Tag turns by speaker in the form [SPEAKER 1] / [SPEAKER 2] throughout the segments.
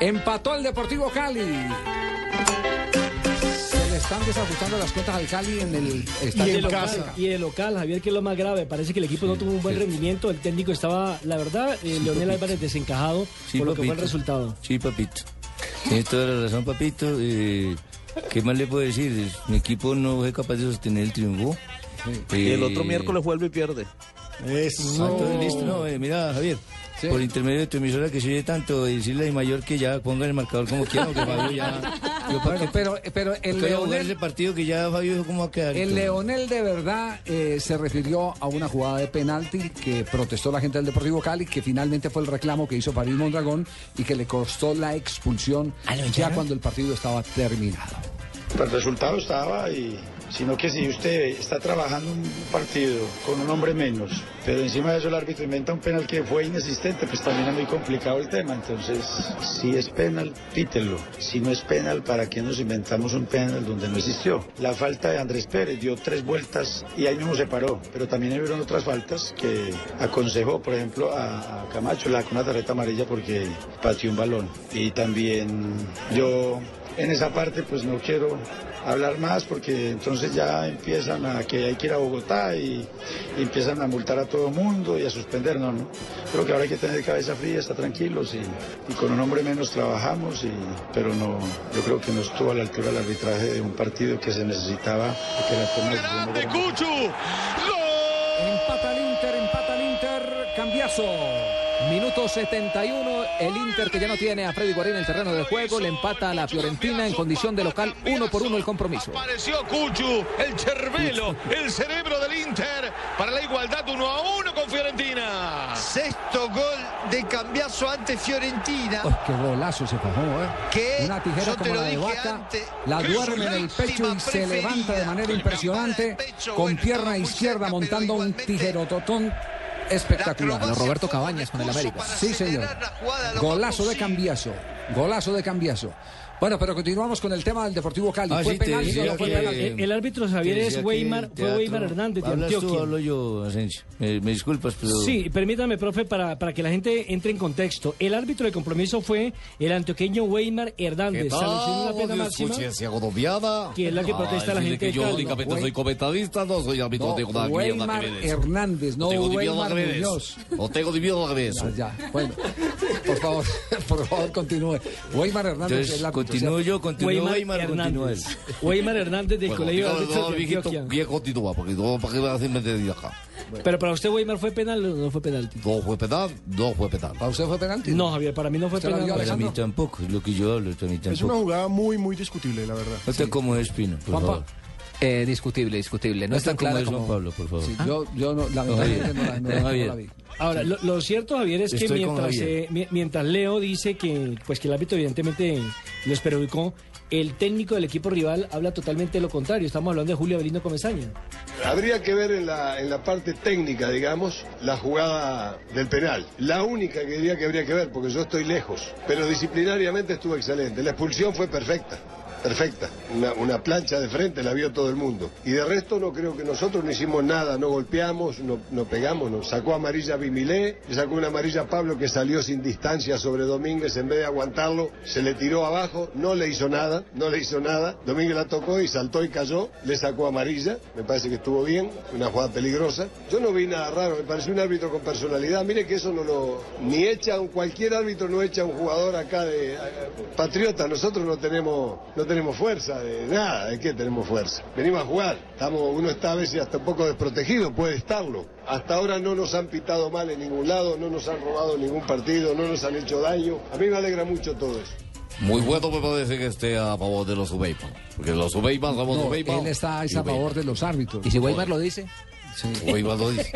[SPEAKER 1] Empató el Deportivo Cali. Se le están desajustando las cuentas al Cali en el
[SPEAKER 2] Y
[SPEAKER 1] estadio
[SPEAKER 2] de, local,
[SPEAKER 1] Casa.
[SPEAKER 2] y de local, Javier, que es lo más grave. Parece que el equipo no tuvo un buen rendimiento. El técnico estaba, la verdad, eh, Leonel Álvarez desencajado
[SPEAKER 3] Sí,
[SPEAKER 2] por lo que fue el
[SPEAKER 3] papito.
[SPEAKER 2] resultado.
[SPEAKER 3] Sí, papito. Tienes toda la razón, papito. Eh, ¿Qué más le puedo decir? Mi equipo no fue capaz de sostener el triunfo. Eh,
[SPEAKER 4] Y el otro miércoles vuelve y pierde.
[SPEAKER 3] Ah, entonces, listo. No, eh, mira, Javier.
[SPEAKER 1] Sí.
[SPEAKER 3] Por intermedio de tu emisora que se oye tanto, y decirle a mayor que ya pongan el marcador como quieran, que Fabio ya. Yo para
[SPEAKER 1] Bueno, pero, pero el
[SPEAKER 3] quiero jugar ese
[SPEAKER 1] Leonel,
[SPEAKER 3] partido que ya Fabio dijo cómo va a quedar.
[SPEAKER 1] el
[SPEAKER 3] Entonces,
[SPEAKER 1] Leonel de verdad eh, se refirió a una jugada de penalti que protestó la gente del Deportivo Cali, que finalmente fue el reclamo que hizo París Mondragón y que le costó la expulsión ya cuando el partido estaba terminado.
[SPEAKER 5] Pues El resultado estaba y sino que si usted está trabajando un partido con un hombre menos, pero encima de eso el árbitro inventa un penal que fue inexistente, pues también es muy complicado el tema. Entonces, si es penal, pítelo. Si no es penal, ¿para qué nos inventamos un penal donde no existió? La falta de Andrés Pérez dio tres vueltas y ahí mismo se paró, pero también hubieron otras faltas que aconsejó, por ejemplo, a, a Camacho la, con una tarjeta amarilla porque pateó un balón. Y también yo en esa parte pues no quiero hablar más porque entonces ya empiezan a que hay que ir a Bogotá y, y empiezan a multar a todo el mundo y a suspendernos, ¿no? Creo que ahora hay que tener cabeza fría, estar tranquilos y, y con un hombre menos trabajamos, y, pero no, yo creo que no estuvo a la altura el arbitraje de un partido que se necesitaba y que la toma de decisión no era nada.
[SPEAKER 1] Empata el Inter, empata el Inter, cambiazo. Minuto 71, el Inter que ya no tiene a Freddy Guarín en el terreno de juego, le empata a la Fiorentina en condición de local, uno por uno el compromiso.
[SPEAKER 6] Apareció Cuchu, el cervelo, el cerebro del Inter para la igualdad 1 a 1 con Fiorentina.
[SPEAKER 7] Sexto gol de cambiazo ante Fiorentina.
[SPEAKER 1] Uy, Pues qué golazo se fajó, ¿eh?
[SPEAKER 7] ¿Qué?
[SPEAKER 1] Una tijera
[SPEAKER 7] Yo te
[SPEAKER 1] como
[SPEAKER 7] lo
[SPEAKER 1] la de
[SPEAKER 7] dije
[SPEAKER 1] Vaca,
[SPEAKER 7] antes.
[SPEAKER 1] la
[SPEAKER 7] Que
[SPEAKER 1] duerme
[SPEAKER 7] su
[SPEAKER 1] en el pecho y
[SPEAKER 7] lástima
[SPEAKER 1] se levanta de
[SPEAKER 7] preferida.
[SPEAKER 1] manera
[SPEAKER 7] Campada
[SPEAKER 1] impresionante,
[SPEAKER 7] al pecho,
[SPEAKER 1] con
[SPEAKER 7] bueno, estaba
[SPEAKER 1] pierna
[SPEAKER 7] muy
[SPEAKER 1] izquierda
[SPEAKER 7] cerca,
[SPEAKER 1] montando
[SPEAKER 7] pero
[SPEAKER 1] un
[SPEAKER 7] igualmente
[SPEAKER 1] tijerototón
[SPEAKER 7] La
[SPEAKER 1] espectacular.
[SPEAKER 7] acrobacia
[SPEAKER 8] Roberto
[SPEAKER 7] fue un
[SPEAKER 8] Cabañas con el
[SPEAKER 7] recurso
[SPEAKER 8] América.
[SPEAKER 7] para
[SPEAKER 1] Sí, señor.
[SPEAKER 7] acelerar la jugada lo más
[SPEAKER 1] Golazo de
[SPEAKER 7] posible.
[SPEAKER 1] cambiazo, golazo de cambiazo. Bueno, pero continuamos con el tema del Deportivo Cali.
[SPEAKER 3] Ah,
[SPEAKER 1] ¿Fue
[SPEAKER 3] sí, te
[SPEAKER 1] penalti o
[SPEAKER 3] decía
[SPEAKER 1] no fue
[SPEAKER 3] que-
[SPEAKER 1] penalti?
[SPEAKER 2] El, el árbitro Javier
[SPEAKER 3] Te
[SPEAKER 2] es
[SPEAKER 3] decía que
[SPEAKER 2] Weimar,
[SPEAKER 3] el
[SPEAKER 2] fue
[SPEAKER 3] teatro-
[SPEAKER 2] Weimar Hernández de
[SPEAKER 3] Hablas tú,
[SPEAKER 2] Antioquia.
[SPEAKER 3] hablo yo, Asensio. Me, me disculpas, pero.
[SPEAKER 2] Sí, permítame, profe, para, para que la gente entre en contexto. El árbitro de compromiso fue el antioqueño Weimar Hernández. Sancionó la pena máxima, que es la que protesta la gente de Cali.
[SPEAKER 1] Güey.
[SPEAKER 8] soy comentadista, no soy árbitro
[SPEAKER 1] No,
[SPEAKER 8] de una mierda
[SPEAKER 1] Weimar
[SPEAKER 8] que me des.
[SPEAKER 1] Hernández, no,
[SPEAKER 8] No tengo ni miedo a
[SPEAKER 1] Weimar
[SPEAKER 8] que me des.
[SPEAKER 1] Muñoz.
[SPEAKER 8] No tengo ni miedo a que me des.
[SPEAKER 1] Ah, ya, bueno, por favor, por favor, continúe. Weimar Hernández es
[SPEAKER 3] Entonces,
[SPEAKER 1] la
[SPEAKER 3] continúo yo, continúo
[SPEAKER 2] Weimar,
[SPEAKER 3] Weimar, continúa él.
[SPEAKER 2] Hernández. Weimar Hernández del
[SPEAKER 8] Bueno,
[SPEAKER 2] Colegio de
[SPEAKER 8] digo,
[SPEAKER 2] Árbitros
[SPEAKER 8] no,
[SPEAKER 2] de
[SPEAKER 8] viejito,
[SPEAKER 2] Antioquia.
[SPEAKER 8] ya continúa, porque no, ¿para qué me hacen meter de acá?
[SPEAKER 2] Pero para usted Weimar fue penal o no fue penalti.
[SPEAKER 8] No fue penal, no fue penal.
[SPEAKER 1] ¿Para usted fue penalti?
[SPEAKER 2] No, Javier, para mí no fue
[SPEAKER 1] ¿Usted la
[SPEAKER 2] penal.
[SPEAKER 1] vio,
[SPEAKER 3] Para mí
[SPEAKER 1] Alejandro?
[SPEAKER 3] tampoco, es lo que yo hablo, para mí
[SPEAKER 9] Es una
[SPEAKER 3] tampoco.
[SPEAKER 9] jugada muy, muy discutible, la verdad.
[SPEAKER 3] No te como espino, por
[SPEAKER 1] Juanpa,
[SPEAKER 3] favor.
[SPEAKER 8] Eh, discutible, discutible.
[SPEAKER 3] No te como
[SPEAKER 8] claro
[SPEAKER 3] es Juan Pablo, por favor.
[SPEAKER 1] sí, yo, yo no, lamentablemente no la, no la-
[SPEAKER 3] Don Javier.
[SPEAKER 1] no la vi.
[SPEAKER 2] Ahora, lo, lo cierto, Javier, es que
[SPEAKER 3] Estoy con
[SPEAKER 2] mientras,
[SPEAKER 3] Javier.
[SPEAKER 2] eh, mi- mientras Leo dice que, pues, que el árbitro evidentemente los perjudicó, el técnico del equipo rival habla totalmente lo contrario. Estamos hablando de Julio Avelino Comesaña.
[SPEAKER 5] Habría que ver en la, en la parte técnica, digamos, la jugada del penal. La única que diría que habría que ver, porque yo estoy lejos. Pero disciplinariamente estuvo excelente. La expulsión fue perfecta. Perfecta. Una, una plancha de frente la vio todo el mundo. Y de resto no creo que nosotros no hicimos nada, no golpeamos, no, no pegamos, no. Sacó amarilla Bimilé, le sacó una amarilla a Pablo que salió sin distancia sobre Domínguez en vez de aguantarlo, se le tiró abajo, no le hizo nada, no le hizo nada. Domínguez la tocó y saltó y cayó, le sacó amarilla, me parece que estuvo bien, una jugada peligrosa. Yo no vi nada raro, me pareció un árbitro con personalidad, mire que eso no lo... Ni echa, un- cualquier árbitro no echa a un jugador acá de... eh, Patriota, nosotros no tenemos, no tenemos fuerza de nada, ¿de qué tenemos fuerza? Venimos a jugar, estamos, uno está a veces hasta un poco desprotegido, puede estarlo. Hasta ahora no nos han pitado mal en ningún lado, no nos han robado ningún partido, no nos han hecho daño. A mí me alegra mucho todo eso.
[SPEAKER 8] Muy bueno me parece que esté a favor de los Weimar. Porque los Weimar somos
[SPEAKER 1] No,
[SPEAKER 8] Weimar.
[SPEAKER 1] él está es a favor de los árbitros.
[SPEAKER 8] ¿Y si Weimar lo
[SPEAKER 1] dice?
[SPEAKER 8] Weimar lo dice.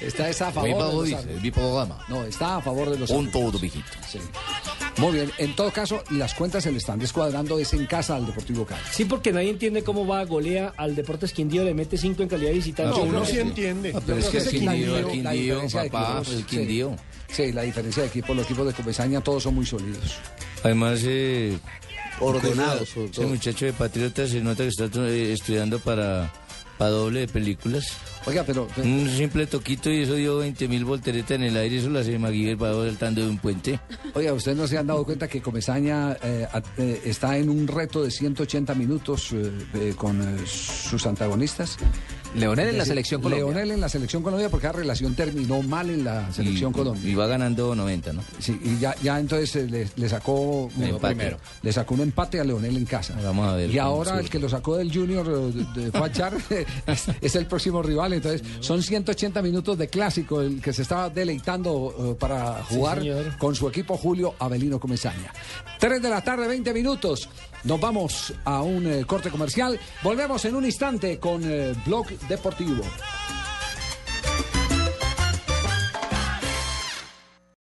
[SPEAKER 1] Está es a favor
[SPEAKER 8] Weimar
[SPEAKER 1] de
[SPEAKER 8] lo
[SPEAKER 1] los
[SPEAKER 8] dice,
[SPEAKER 1] árbitros.
[SPEAKER 8] es mi programa.
[SPEAKER 1] No, está a favor de los
[SPEAKER 8] Punto
[SPEAKER 1] árbitros.
[SPEAKER 8] uno, mijito.
[SPEAKER 1] Sí. Muy bien, en todo caso, las cuentas se le están descuadrando es en casa al Deportivo Cali.
[SPEAKER 2] Sí, porque nadie entiende cómo va, golea al Deportes Quindío, le mete 5 en calidad de visitante.
[SPEAKER 9] No, uno sí entiende.
[SPEAKER 8] Ah,
[SPEAKER 3] pero es que el Quindío, el Quindío, papá, el Quindío.
[SPEAKER 1] Sí, la diferencia de equipo, los equipos de Comesaña todos son muy sólidos.
[SPEAKER 3] Además, eh,
[SPEAKER 4] Ordenados. sobre
[SPEAKER 3] ese
[SPEAKER 4] todo.
[SPEAKER 3] muchacho de Patriota se nota que está eh, estudiando para, para doble de películas.
[SPEAKER 1] Oiga, pero...
[SPEAKER 3] Un simple toquito y eso dio 20.000 volteretas en el aire. Eso lo hace McGuire para saltando de un puente.
[SPEAKER 1] Oiga, ¿ustedes no se han dado cuenta que Comesaña eh, at- eh, está en un reto de 180 minutos eh, eh, con eh, sus antagonistas?
[SPEAKER 10] Leonel en la
[SPEAKER 1] Es decir,
[SPEAKER 10] selección Colombia.
[SPEAKER 1] Leonel en la selección Colombia porque la relación terminó mal en la selección
[SPEAKER 3] Y-
[SPEAKER 1] Colombia.
[SPEAKER 3] Y va ganando 90, ¿no?
[SPEAKER 1] Sí, y ya, ya entonces eh, le, le sacó
[SPEAKER 3] Un empate.
[SPEAKER 1] le sacó un empate a Leonel en casa.
[SPEAKER 3] Vamos a ver.
[SPEAKER 1] Y
[SPEAKER 3] cómo
[SPEAKER 1] ahora el
[SPEAKER 3] surge.
[SPEAKER 1] que lo sacó del Junior eh, de, de Juan Char es, es el próximo rival. Entonces, son 180 minutos de clásico el que se estaba deleitando eh, para
[SPEAKER 2] Sí,
[SPEAKER 1] jugar
[SPEAKER 2] señor.
[SPEAKER 1] con su equipo Julio Avelino Comesaña. 3 de la tarde, 20 minutos. Nos vamos a un eh, corte comercial. Volvemos en un instante con eh, Blog Deportivo.